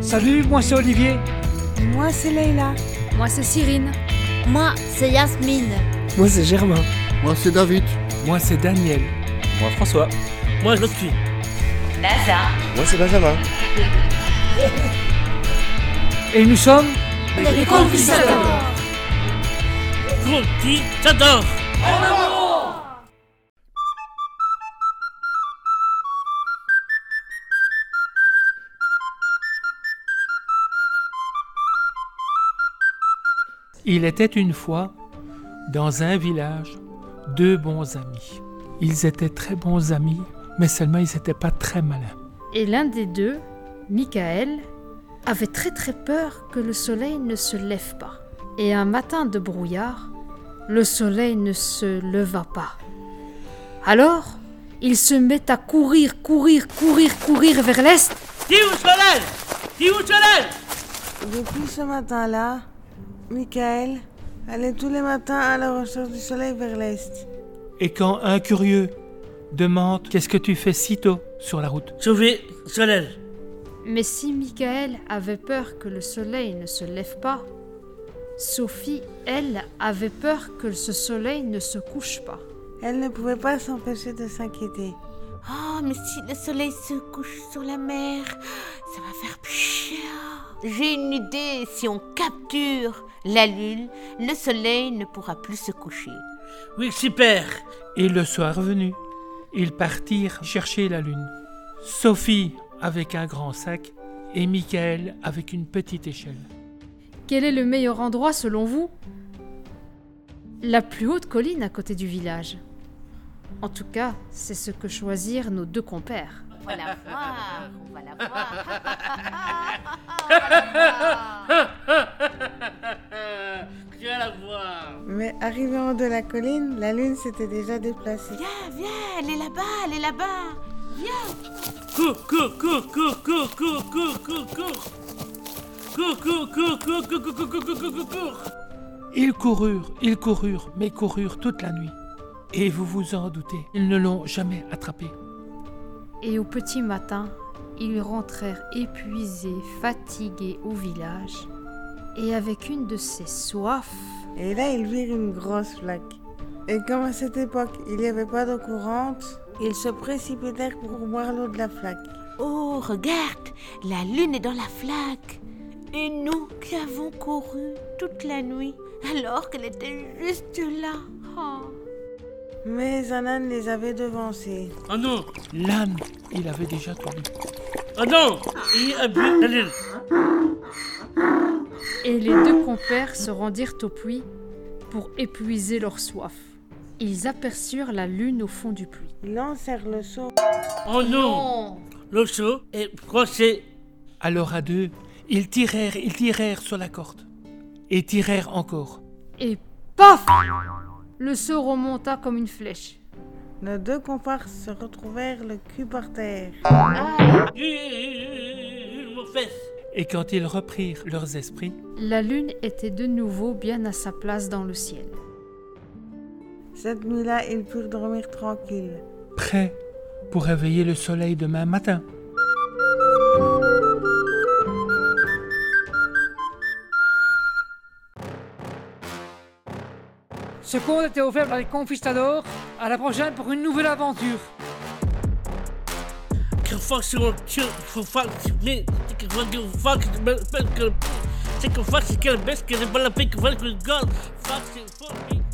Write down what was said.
Salut, moi c'est Olivier. Moi, c'est Leïla. Moi, c'est Cyrine. Moi, c'est Yasmine. Moi, c'est Germain. Moi, c'est David. Moi, c'est Daniel. Moi, François. Moi, je suis. Lazare. Moi, c'est Benjamin. Et nous sommes. Les, les confisateurs. Confisateurs. En avant Il était une fois, dans un village, deux bons amis. Ils étaient très bons amis, mais seulement ils n'étaient pas très malins. Et l'un des deux, Michael, avait très très peur que le soleil ne se lève pas. Et un matin de brouillard, le soleil ne se leva pas. Alors, il se met à courir, courir, courir, courir vers l'est. Dis-où soleil Dis-où soleil Depuis ce matin-là, Michael allait tous les matins à la recherche du soleil vers l'est. Et quand un curieux demande Qu'est-ce que tu fais si tôt sur la route Sauver soleil. Mais si Michael avait peur que le soleil ne se lève pas, Sophie, elle, avait peur que ce soleil ne se couche pas. Elle ne pouvait pas s'empêcher de s'inquiéter. Oh, mais si le soleil se couche sur la mer, ça va faire pchia. J'ai une idée, si on capture la lune, le soleil ne pourra plus se coucher. Oui, super. Et le soir venu, ils partirent chercher la lune. Sophie avec un grand sac et Michael avec une petite échelle. Quel est le meilleur endroit selon vous La plus haute colline à côté du village. En tout cas, c'est ce que choisirent nos deux compères. On va la voir, on va la voir. Tu vas la voir. Mais arrivé en haut de la colline, la lune s'était déjà déplacée. Viens, viens, elle est là-bas, elle est là-bas. Viens. Cours, cours, cours, cours, cours, cours, cours, cours, cours. Cours, cours, cours, cours, cours, cours, cours, cours, cours, cours. Ils coururent, ils coururent, mais coururent toute la nuit. Et vous vous en doutez, ils ne l'ont jamais attrapé. Et au petit matin, ils rentrèrent épuisés, fatigués au village, et avec une de ces soifs. Et là, ils virent une grosse flaque. Et comme à cette époque, il n'y avait pas d'eau courante, ils se précipitèrent pour boire l'eau de la flaque. Oh, regarde, la lune est dans la flaque. Et nous qui avons couru toute la nuit, alors qu'elle était juste là. Oh. Mais un âne les avait devancés. Oh non L'âne, il avait déjà tout bu. Oh non Il a bu la lune. Et les deux compères se rendirent au puits pour épuiser leur soif. Ils aperçurent la lune au fond du puits. Ils lancèrent le seau. Oh non Le seau est croisé. Alors à deux, ils tirèrent, ils tirèrent sur la corde. Et tirèrent encore. Et paf le seau remonta comme une flèche. Nos deux comparses se retrouvèrent le cul par terre. Ah Et quand ils reprirent leurs esprits, la lune était de nouveau bien à sa place dans le ciel. Cette nuit-là, ils purent dormir tranquilles. Prêts pour réveiller le soleil demain matin. Ce conte était offert par les Conquistadors. À la prochaine pour une nouvelle aventure. que